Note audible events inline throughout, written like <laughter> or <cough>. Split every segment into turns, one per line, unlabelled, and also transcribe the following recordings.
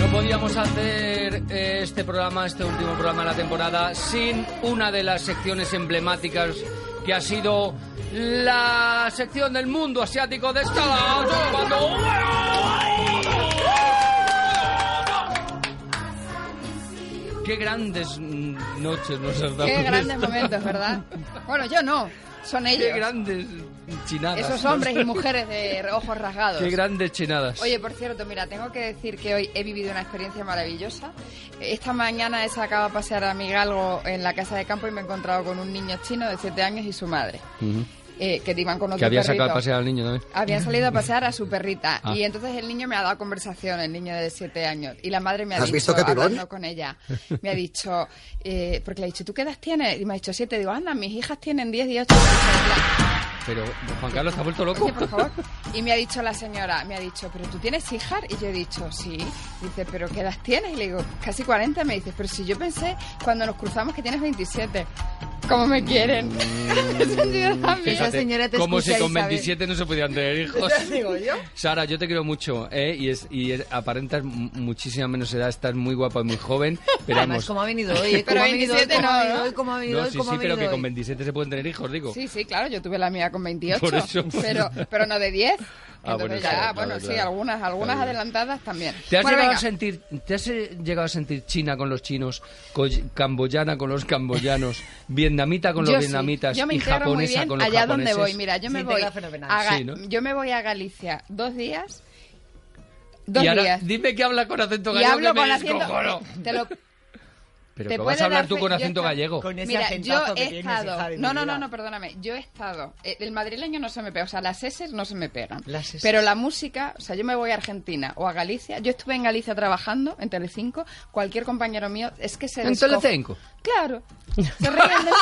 No podíamos hacer eh, este programa, este último programa de la temporada, sin una de las secciones emblemáticas que ha sido la sección del mundo asiático de esta Qué grandes mm, noches nos has dado. <laughs>
Qué
con
grandes
esto.
momentos, ¿verdad? Bueno, yo no, son
Qué
ellos.
grandes chinadas.
Esos hombres y mujeres de ojos rasgados.
Qué grandes chinadas.
Oye, por cierto, mira, tengo que decir que hoy he vivido una experiencia maravillosa. Esta mañana he sacado a pasear a mi galgo en la casa de campo y me he encontrado con un niño chino de 7 años y su madre, eh, que iban con otro
que había
perrito.
sacado a pasear al niño también.
Habían salido
<laughs>
a pasear a su perrita
Ah.
y entonces el niño me ha dado conversación, el niño de siete años, y la madre me ha
¿Has
dicho,
visto qué pibón?
hablando con ella, me ha dicho, eh, porque le he dicho, ¿tú qué edad tienes? Y me ha dicho siete, digo, anda, mis hijas tienen 10 y 8.
Pero Juan Carlos está vuelto loco.
Oye, por favor. Y me ha dicho la señora, me ha dicho, ¿pero tú tienes hijas? Y yo he dicho, sí. Dice, ¿pero qué edad tienes? Y le digo, casi 40. Me dice, pero si yo pensé cuando nos cruzamos que tienes 27. ¿Cómo me quieren? <laughs> Me he sentido tan bien.
Mm. Fíjate, como si
escucha,
con
Isabel.
27 no se podían tener
<laughs>
hijos.
Ya digo yo.
Sara, yo te quiero mucho, ¿eh? Y, es, y es- aparentas mu- muchísima menos edad, estás muy guapa y muy
<laughs>
joven, pero
Además,
vamos...
¿cómo ha venido hoy? <laughs> ¿eh?
Pero
¿Cómo ha venido
27
hoy? ¿Cómo ha
no,
venido
¿no?
hoy? ¿Cómo ha venido
No,
hoy?
sí,
¿Cómo
sí,
ha
pero que
venido hoy?
con 27 se pueden tener hijos, digo.
Sí, sí, claro, yo tuve la mía con 28,
Por eso.
pero pero no de 10.
Ah, bueno,
Entonces
claro,
ya,
claro,
bueno, sí,
claro.
algunas algunas
Claro.
adelantadas también.
¿Te has,
Bueno,
llegado a
venga.
sentir, ¿Te has eh, llegado a sentir China con los chinos, co- camboyana con los camboyanos, vietnamita con los
Yo sí.
vietnamitas
Yo me
y
integro muy
japonesa
bien
con los
allá
japoneses?
donde voy. Mira, yo
Se
me voy
integra
a
fenomenal.
Ga-
Sí, ¿no?
yo me voy a Galicia dos días, dos
y ahora,
días
dime que habla con acento
y
gallego
hablo
que me
con acento.
descojono.
<laughs> Te lo
Pero
te
que vas
puede
a hablar
dar
tú
fe-
con
yo
acento
esta-
gallego.
Con ese
Mira, yo
acentazo que
he
tienes, hija
estado.
de mi
No, no,
vida.
no, no, perdóname. Yo he estado. eh, El madrileño no se me pega. O sea, las S no se me pegan.
Las eses.
Pero la música. O sea, yo me voy a Argentina o a Galicia. Yo estuve en Galicia trabajando en Telecinco. Cualquier compañero mío es que se.
En
descojo-
Telecinco.
Claro. Se reían
<laughs>
de mí.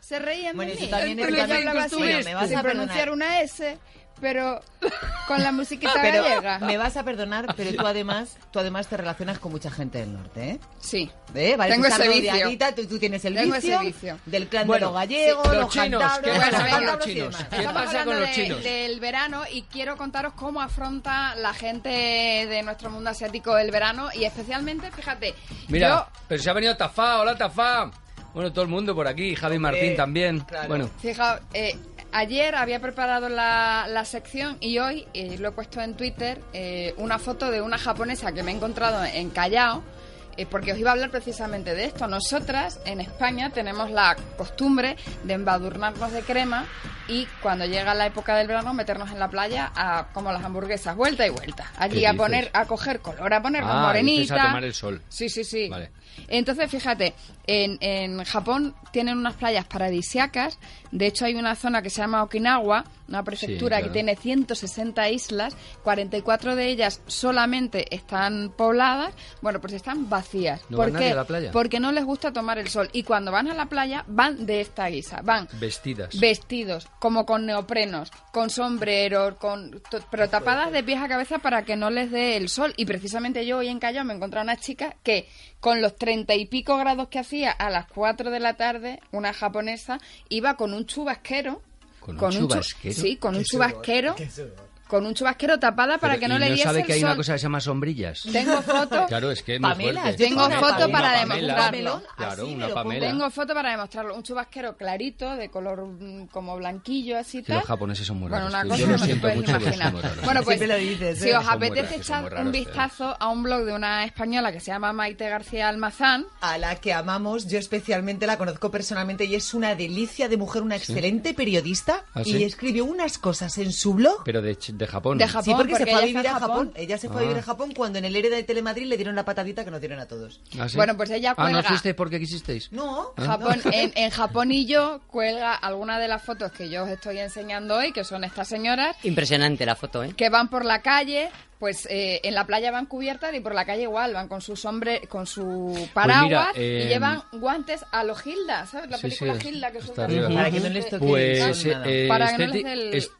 se reían
Bueno,
de
eso
mí.
también
es
Porque
verdad.
yo hablaba así,
Bueno,
me vas a
sin
perdonar.
pronunciar una S, pero con la musiquita
<laughs> Pero
gallega.
me vas a perdonar, pero tú además, tú además te relacionas con mucha gente del norte, ¿eh?
Sí.
¿Eh? Vale,
Tengo
tú estás
ese vicio.
rodeadita, Tú, tú tienes el
Tengo
vicio,
ese vicio.
del clan
Bueno,
de los gallegos,
sí,
los,
los chinos, ¿qué
cantabros, los
pasa con los
cantabros y
chinos?
demás.
¿Qué
Estamos
pasa con
hablando
los
de-
chinos?
del verano y quiero contaros cómo afronta la gente de nuestro mundo asiático el verano y especialmente, fíjate,
Mira, pero se ha venido Tafá, hola Tafá. Bueno, todo el mundo por aquí, Javi Martín también.
claro.
Bueno,
yo, fijaos, eh, ayer había preparado la, la sección y hoy eh, lo he puesto en Twitter eh, una foto de una japonesa que me he encontrado en Callao. eh, porque os iba a hablar precisamente de esto. Nosotras en España tenemos la costumbre de embadurnarnos de crema y cuando llega la época del verano meternos en la playa a como las hamburguesas, vuelta y vuelta. Allí
¿Qué
a
dices?
poner, a coger color, a ponernos
Ah, dices
morenita.
a tomar el sol.
Sí, sí, sí.
Vale.
Entonces, fíjate, en, en Japón tienen unas playas paradisiacas. De hecho, hay una zona que se llama Okinawa, una prefectura
claro.
que tiene 160 islas. 44 de ellas solamente están pobladas. Bueno, pues están vacías.
¿No
¿Por
va
qué?
nadie a la playa?
Porque no les gusta tomar el sol. Y cuando van a la playa, van de esta guisa. Van
vestidas.
vestidos, como con neoprenos, con sombreros, con to- pero tapadas de pies a cabeza para que no les dé el sol. Y precisamente yo hoy en Callao me encontré a una chica que con los treinta y pico grados que hacía a las cuatro de la tarde, una japonesa, iba con un chubasquero.
¿Con un
chu-
chubasquero?
Sí, con un chubasquero. Con un chubasquero tapada para
Pero-
que no
y
le diese
sabe
el
que hay
sol.
una cosa que se llama sombrillas. <laughs>
Tengo foto.
Claro, es que es muy
Pamela,
fuerte.
yo
Tengo
una
foto
Pamela,
para
una Pamela,
demostrarlo.
un papelón,
Claro,
así
una
me lo pongo.
Pamela.
Tengo foto para demostrarlo. Un chubasquero clarito, de color mm, como blanquillo, así
Que
tal.
los japoneses son muy
Bueno,
raros,
una
tú. pues Yo
cosa
lo
no te
siento
puedes
mucho, pero son
imaginar.
muy raros.
Bueno, pues,
Siempre lo dices,
si
¿eh?
os
Son muy
apetece
raros, son muy
echar
raros,
un vistazo a un blog de una española que se llama Maite García Almazán,
a la que amamos, yo especialmente la conozco personalmente y es una delicia de mujer, una excelente periodista
¿Ah, sí?
y escribió unas cosas en su blog
Pero de, ch- de Japón.
De Japón.
sí, porque, se
porque
fue a
ella está
vivir a
en
Japón.
Japón.
Ella se fue a
Ah.
vivir a Japón cuando en el aire de Telemadrid le dieron la patadita que nos dieron a todos.
¿Ah, sí?
Bueno, pues ella
Ah, ¿no
cuelga-
fuisteis porque quisisteis?
No,
Ah. <laughs>
Japón, en, en Japón y yo cuelga alguna de las fotos que yo os estoy enseñando hoy, que son estas señoras,
Impresionante la foto, ¿eh?
que van por la calle, pues eh, en la playa van cubiertas y por la calle igual, van con su sombre, con su paraguas
Pues mira, eh,
y llevan guantes a los Gilda, ¿sabes? La
sí,
película
sí,
Gilda que
está
sueltan
arriba.
los
Para que no les
guantes.
toque
Pues
son nada.
eh,
Para que no
esteti-
les dé el-
es-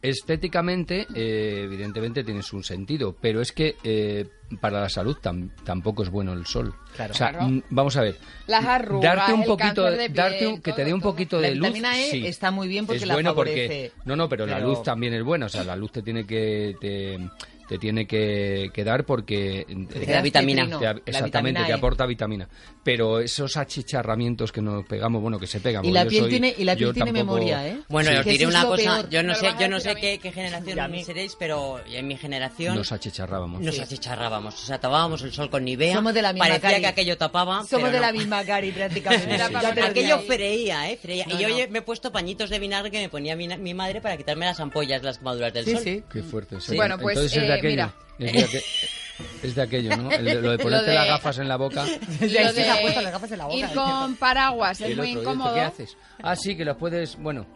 estéticamente, eh, evidentemente, tienes un sentido, pero es que eh, para la salud tam- tampoco es bueno el sol.
Claro.
o sea,
Claro.
mm, vamos a ver.
Las arrugas,
darte un
el
poquito,
cáncer de piel,
darte un- que te
todo,
dé un
todo.
poquito
La
de luz.
vitamina E
sí.
está muy bien porque
es
la
bueno
favorece,
porque no, no, pero, la
pero-
luz también es buena. O sea, la luz te tiene que te, te tiene que, que dar porque
Te da vitamina.
cetrino,
te da-
E. la
exactamente,
vitamina
te
E.
aporta vitamina. Pero esos achicharramientos que nos pegamos, bueno, que se pegan.
Y la
porque yo soy-
piel tiene, y la
yo
piel tiene
tampoco-
memoria, ¿eh?
Bueno,
Sí.
os
Que
diré
eso es
una
lo
cosa.
peor.
Yo no
Me lo
sé,
vas a
yo no
decir
sé
a mí.
qué, qué generación seréis, pero en mi generación
Nos achicharrábamos.
nos achicharrábamos. O sea, tapábamos el sol con Nivea.
Somos de la misma
Parecía
Cari.
que aquello tapaba.
Somos
pero
de
no.
la misma Cari prácticamente.
Era para
Ya te lo digo.
Aquello freía, ¿eh? Freía.
No,
y yo
no.
ye- me he puesto pañitos de vinagre que me ponía mi, na- mi madre para quitarme las ampollas, las quemaduras del sol.
Qué fuerte. sí.
Sí. Bueno, pues,
Entonces es de
eh,
aquello.
mira.
Es de, aque- es de aquello, ¿no? El de- lo de ponerte
<laughs> Lo de-
las gafas en la
<laughs>
boca.
<laughs> Ya,
Lo
es que se
de
ha puesto las gafas en la boca,
ir
es
con paraguas
eh, Y
es
el
muy
otro, ¿y esto
incómodo.
¿Qué haces? Ah, sí, que las puedes. Bueno,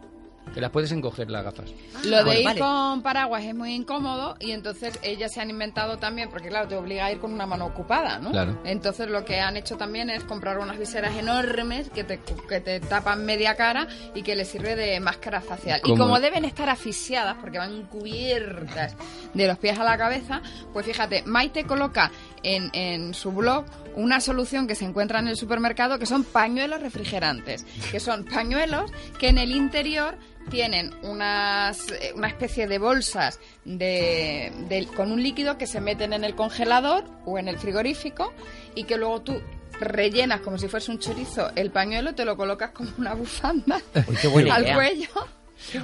que las puedes encoger las gafas.
Ah. Lo de
bueno,
ir
vale.
con paraguas es muy incómodo y entonces ellas se han inventado también, porque claro, te obliga a ir con una mano ocupada, ¿no?
Claro.
Entonces lo que han hecho también es comprar unas viseras enormes que te, que te tapan media cara y que les sirve de máscara facial. Y
¿Cómo?
como deben estar asfixiadas, porque van cubiertas de los pies a la cabeza, pues fíjate, Maite coloca en, en su blog una solución que se encuentra en el supermercado que son pañuelos refrigerantes, que son pañuelos que en el interior tienen unas, eh, una especie de bolsas de, de- con un líquido que se meten en el congelador o en el frigorífico y que luego tú rellenas como si fuese un chorizo el pañuelo, te lo colocas como una bufanda
Uy, qué buena
al
idea.
cuello.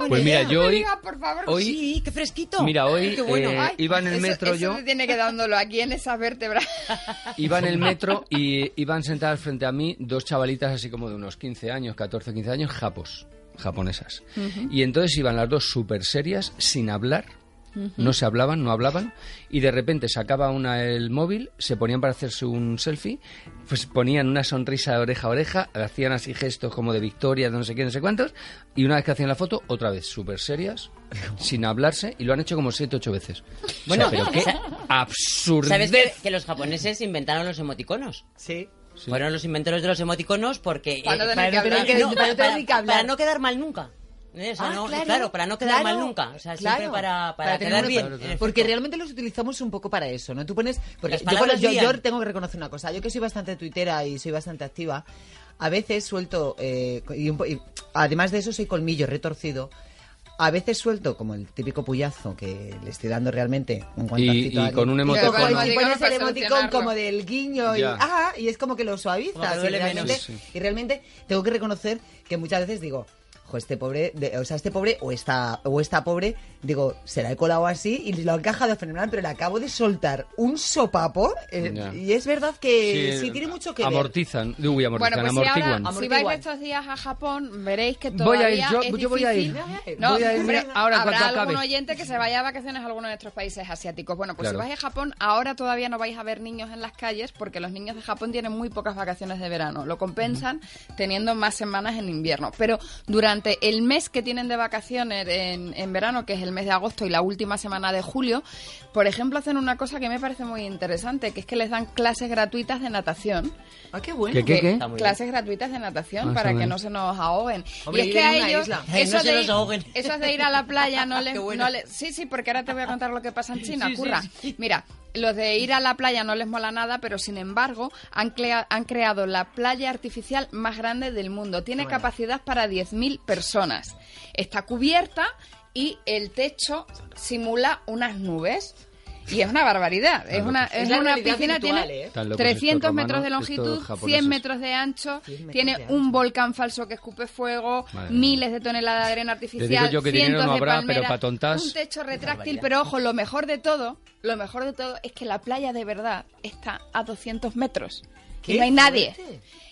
Pues mira, yo
Me
hoy-
diga, por favor,
hoy-
Sí, qué fresquito.
Mira, hoy
Qué bueno.
eh,
Ay,
iba en el
eso-
metro
eso
yo.
te tiene que dándolo aquí en esas vértebras.
Iba en el metro y iban sentadas frente a mí dos chavalitas así como de unos 15 años, 14, 15 años, japos, japonesas. Y entonces iban las dos súper serias, sin hablar. No se hablaban, no hablaban, y de repente sacaba una el móvil, se ponían para hacerse un selfie, pues ponían una sonrisa de oreja a oreja, hacían así gestos como de victoria, de no sé qué, no sé cuántos, y una vez que hacían la foto, otra vez súper serias, sin hablarse, y lo han hecho como siete, ocho veces. Bueno,
Bueno, <laughs>
pero qué
sa-
absurdez.
¿Sabes que, que los japoneses inventaron los emoticonos?
Sí.
Fueron los inventores de los emoticonos porque...
Para no
eh,
tener que
para no
hablar.
tener que-
no,
no
para,
tener ni que
para-
hablar.
para no quedar mal nunca. Eh, o sea,
Ah,
no- claro, para no quedar mal nunca. O sea, siempre
claro.
para, para,
tener
quedar
una-
bien.
Porque
en el
porque
fondo.
realmente los utilizamos un poco para eso, ¿no? Tú pones... Porque
Las
yo,
palabras
yo- yo
lían.
tengo que reconocer una cosa. Yo que soy bastante tuitera y soy bastante activa, a veces suelto... eh, y un po- y además de eso, soy colmillo retorcido. A veces suelto, como el típico puyazo que le estoy dando realmente un guantacito
y
a alguien.
con un
Y
emoticono.
con- Y
Emoticono
pones
para
el emoticón
solucionarlo.
como del guiño y,
Ya.
ah, y es como que lo
Como
suaviza.
que
y,
duele
realmente,
menos.
Sí, sí.
y realmente tengo que reconocer que muchas veces digo, jo, este pobre, de- o sea, este pobre o esta, o esta pobre, digo, se la he colado así y lo he encajado fenomenal, pero le acabo de soltar un sopapo eh,
Ya.
y es verdad que sí, tiene mucho que ver.
amortizan, Uy, amortizan,
Bueno, pues si,
amortiguan.
ahora, si
Amortiguan.
vais estos días a Japón, veréis que
Voy
todavía
a ir, yo-
es
yo voy a ir.
difícil. No,
Voy a ir,
hombre,
mira, ahora en
habrá
cuanto
algún
acabe.
oyente que se vaya a vacaciones a alguno de nuestros países asiáticos. Bueno, pues
Claro.
si vais a Japón, ahora todavía no vais a ver niños en las calles porque los niños de Japón tienen muy pocas vacaciones de verano. Lo compensan teniendo más semanas en invierno. Pero durante el mes que tienen de vacaciones en, en verano, que es el mes de agosto y la última semana de julio, por ejemplo, hacen una cosa que me parece muy interesante, que es que les dan clases gratuitas de natación
Ah, qué bueno.
¿Qué, qué, qué?
Está muy
clases gratuitas de natación
Ah,
para
está
que
bien.
no se nos ahoguen.
Hombre,
y es
vivir
que
en
a
una
ellos
isla.
Ay, no se
de
nos
ir,
ahoguen.
eso de ir a la playa
<laughs>
no les,
Qué bueno.
no les- sí sí porque ahora te voy a contar lo que pasa en China, curra. Mira, los de ir a la playa no les mola nada, pero sin embargo han, crea- han creado la playa artificial más grande del mundo. Tiene capacidad para 10.000 personas. Está cubierta y el techo simula unas nubes. Y es una barbaridad. Es una,
pues
Es
es
la
una
realidad
piscina,
virtual,
tiene
¿eh?
Están locos estos
300 metros de
romanos, estos
longitud, 100
japoneses.
metros de ancho,
100 metros
tiene
de ancho.
un volcán falso que escupe fuego,
Madre mía.
miles de toneladas de
digo
arena artificial,
yo que dinero
cientos
no habrá,
de palmeras,
pero pa' tontas.
un techo retráctil, pero ojo, lo mejor de todo, lo mejor de todo es que la playa de verdad está a 200 metros. Y no hay nadie.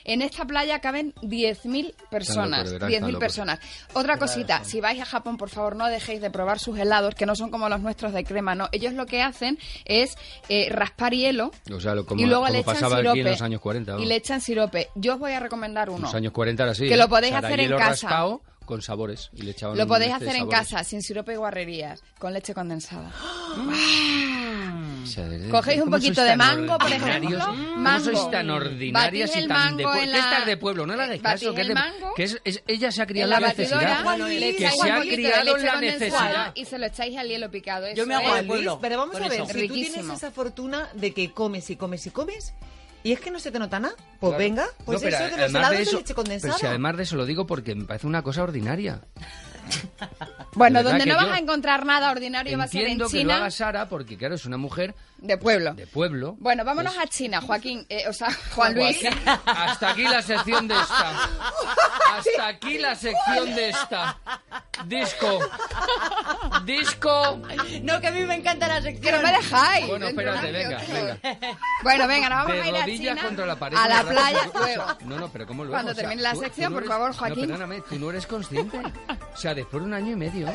En esta playa caben 10.000 personas.
Están locos, verán,
10.000
están
personas. Otra cosita, si vais a Japón, por favor, no dejéis de probar sus helados, que no son como los nuestros de crema, no. Ellos lo que hacen es eh, raspar hielo
O sea, lo- como-
y luego
como
le echan
pasaba
sirope.
aquí en los años 40, ¿no?
Y le echan sirope. Yo os voy a recomendar uno.
Los años 40 era así.
Que lo
¿eh?
podéis
O sea, era
hacer en
hielo
casa.
raspado con sabores. Y le echaban
Lo
un
podéis
este de
hacer en
sabores.
casa, sin sirope y guarrerías, con leche condensada.
Ah,
O sea,
Cogéis un
¿cómo
poquito
sois
de
tan
mango, por
ordinarios?
ejemplo.
¿Cómo
Mango.
sois tan ordinarias
Batís
y
el
tan de
mango
pueblo?
en
¿Qué
la-
estás de pueblo? No la hagas
batís
caso, que, es
el
de-
mango
que es- es- ella se ha criado
en
en
la
la necesidad.
batidora
Bueno, y le
que
echáis
se
un
ha
poquito de
criado
leche
en la
condensada.
necesidad y se lo echáis al hielo picado.
Yo me
eso
hago
es.
al pueblo.
pero vamos
con
a ver,
eso.
si tú
Riquísimo.
tienes esa fortuna de que comes y comes y comes y es que no se te nota nada, pues
Claro.
venga,
No,
pues
pero
eso de los
además
helados
de
de,
eso-
leche condensada.
Pero si además de eso lo digo porque me parece una cosa ordinaria.
Bueno,
De verdad
donde
que
no
yo
vas a encontrar nada ordinario va a ser en
Entiendo que lo
China
haga Sara porque, claro, es una mujer
de pueblo.
de pueblo. Pues
Bueno, vámonos a China, Joaquín, eh, o sea, Juan Luis.
Joaquín, Hasta aquí la sección de esta. Hasta aquí la sección de esta. Disco. Disco.
No, que a mí me encanta la sección.
Que no me dejáis.
Bueno, espérate,
Dentro,
venga,
tío.
venga.
Bueno, venga, nos vamos
de
a ir a
rodillas
China.
contra la pared.
a la
¿verdad?
playa
Porque-
luego.
No, no, pero ¿cómo luego?
Cuando
O sea,
termine la
tú- tú
sección,
no
por
eres-
favor,
No,
Joaquín.
perdóname, tú no eres consciente. O sea, después de un año y medio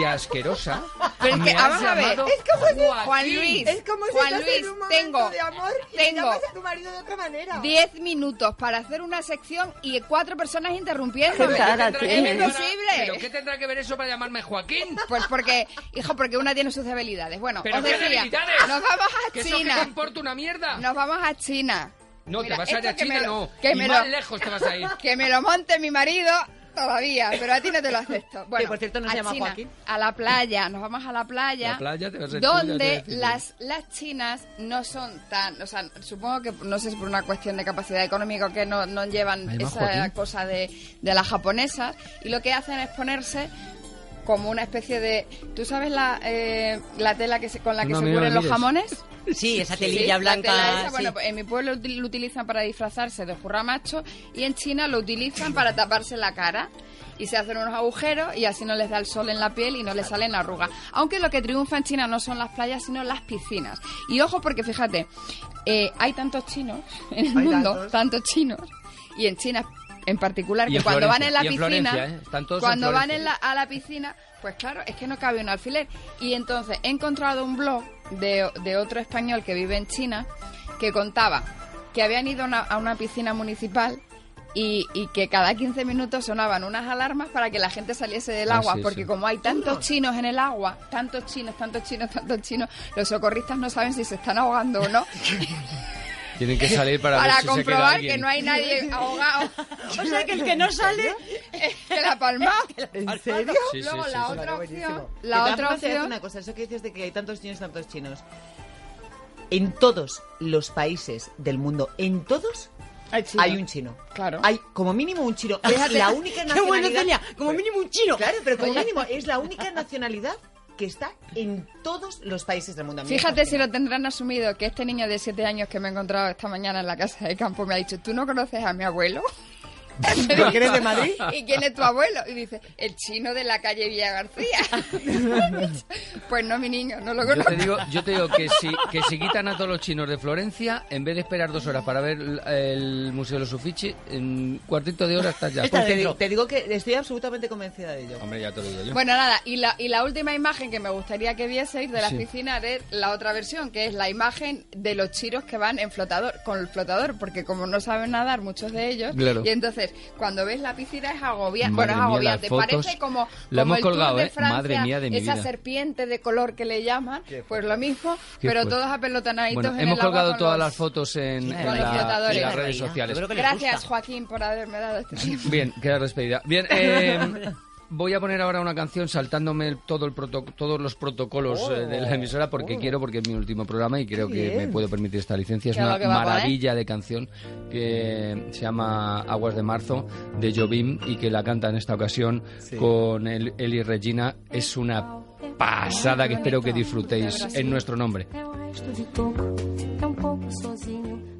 y asquerosa.
Pero es
me
que,
has
vamos a ver,
llamado
es como si-
Joaquín.
Juan Luis,
Es como si
Juan
estás
Luis,
en un momento
tengo,
de amor y
tengo
llamas a tu marido de otra manera.
10 minutos para hacer una sección y cuatro personas interrumpiéndome.
cara
es
tienes.
¿Pero qué
imposible.
tendrá que ver eso para llamarme Joaquín?
Pues porque, hijo, porque una tiene sus debilidades. Bueno,
¿Pero
os
qué
decía,
debilidades?
nos vamos
¿Que
a
eso que
China.
te importa una mierda?
Nos vamos a China.
No,
Mira,
te vas a ir
esto
a
que
China,
me lo-
no.
que
y
me
más
lo-
lejos te vas a ir.
Que me lo monte mi marido todavía, pero a ti no te lo acepto. Bueno,
Que, por cierto, no
a
se llama
China,
Joaquín.
A la playa, nos vamos a la playa.
La playa te vas a ir tú, ya te voy a
Donde
decir.
las, las chinas no son tan. O sea, supongo que no sé si por una cuestión de capacidad económica que no, no llevan
Ahí va,
esa
Joaquín.
cosa de, de las japonesas. Y lo que hacen es ponerse como una especie de. ¿Tú sabes la, eh, la tela que se- con la
No,
que
no,
se
mira, no
cubren los
mires.
jamones?
Sí, esa
Sí,
telilla
la
blanca.
tela esa, bueno,
sí.
en mi pueblo util- lo utilizan para disfrazarse de jurra macho y en China lo utilizan para taparse la cara. Y se hacen unos agujeros y así no les da el sol en la piel y no les salen arrugas. Aunque lo que triunfa en China no son las playas, sino las piscinas. Y ojo porque fíjate, eh, hay tantos chinos <laughs> en el
Hay
mundo,
tantos.
tantos chinos, y en China en particular,
Y
que
en
cuando van
Florencia,
en la
y en
piscina,
Florencia, ¿eh? Están todos en
cuando van en
Florencia.
la- a la piscina, pues claro, es que no cabe un alfiler. Y entonces he encontrado un blog de, de otro español que vive en China que contaba que habían ido a una, a una piscina municipal y, y que cada 15 minutos sonaban unas alarmas para que la gente saliese del
Ah,
agua,
sí,
porque
sí.
como hay tantos chinos en el agua, tantos chinos, tantos chinos, tantos chinos, los socorristas no saben si se están ahogando
<laughs>
o no,
<laughs> Tienen que salir para, ver
para
si se queda
comprobar
alguien.
que no hay nadie ahogado.
<laughs> O sea, que el <laughs> que no sale.
Es que la palma.
<laughs> ¿En serio?
Sí, sí,
Luego
sí,
la
sí.
otra opción,
De
la
todas
otra
formas, te voy a decir
opción,
una cosa, eso que dices de que hay tantos chinos, tantos chinos. En todos los países del mundo, en todos, hay un chino.
Claro.
Hay como mínimo un chino.
<laughs>
Es la
<laughs>
única
Qué bueno,
nacionalidad.
Celia. Como mínimo un chino.
Claro, pero como mínimo es la única nacionalidad que está en todos los países del mundo. A mí me
Fíjate si
fascina.
lo tendrán asumido que este niño de 7 años que me he encontrado esta mañana en la casa de campo me ha dicho, ¿tú no conoces a mi
<laughs>
abuelo? <laughs>
¿Porque eres de Madrid?
¿Y quién es tu abuelo? Y dice, el chino de la calle Villa
<laughs>
García. <laughs> pues no, mi niño, no lo
Yo
conozco.
te digo, yo te digo que, si, que si quitan a todos los chinos de Florencia, en vez de esperar dos horas para ver el, el Museo de los Uffizi, en cuartito de hora estás ya.
Pues te, digo, te digo que estoy absolutamente convencida de ello.
Hombre, ya te lo digo yo.
Bueno, nada, y la, y la última imagen que me gustaría que vieseis de las
Sí.
piscinas es la otra versión, que es la imagen de los chiros que van en flotador, con el flotador, porque como no saben nadar muchos de ellos,
Claro.
y entonces cuando ves la piscina es agobiante,
Madre
bueno, es
mía,
agobiante,
las fotos.
parece como,
La
como
hemos
el Tour
colgado,
de
¿eh?
Francia,
Madre mía de mi
esa
vida.
serpiente de color que le llaman, pues lo mismo,
Qué
pero
fuerte.
todos apelotonaditos
Bueno,
en el
hemos
agua
colgado
con
todas
los-
las fotos en, en
con los
la-
flotadores.
en las redes
Yo
sociales.
creo que les
Gracias,
gusta.
Joaquín, por haberme dado
<laughs>
este tiempo.
Bien, queda despedida. Bien,
<laughs>
eh, voy a poner ahora una canción saltándome el- todo el proto- todos los protocolos eh, de
Oh.
la emisora porque quiero, porque es mi último programa y creo que me puedo permitir esta licencia. Es
Claro
una
que va, ¿eh?
maravilla de canción que se llama Aguas de Marzo de Jobim y que la canta en esta ocasión con el- Eli Regina. Es una pasada
É
que espero que disfrutéis en nuestro nombre.
Eu acho de toco, tão É um pouco sozinho. é um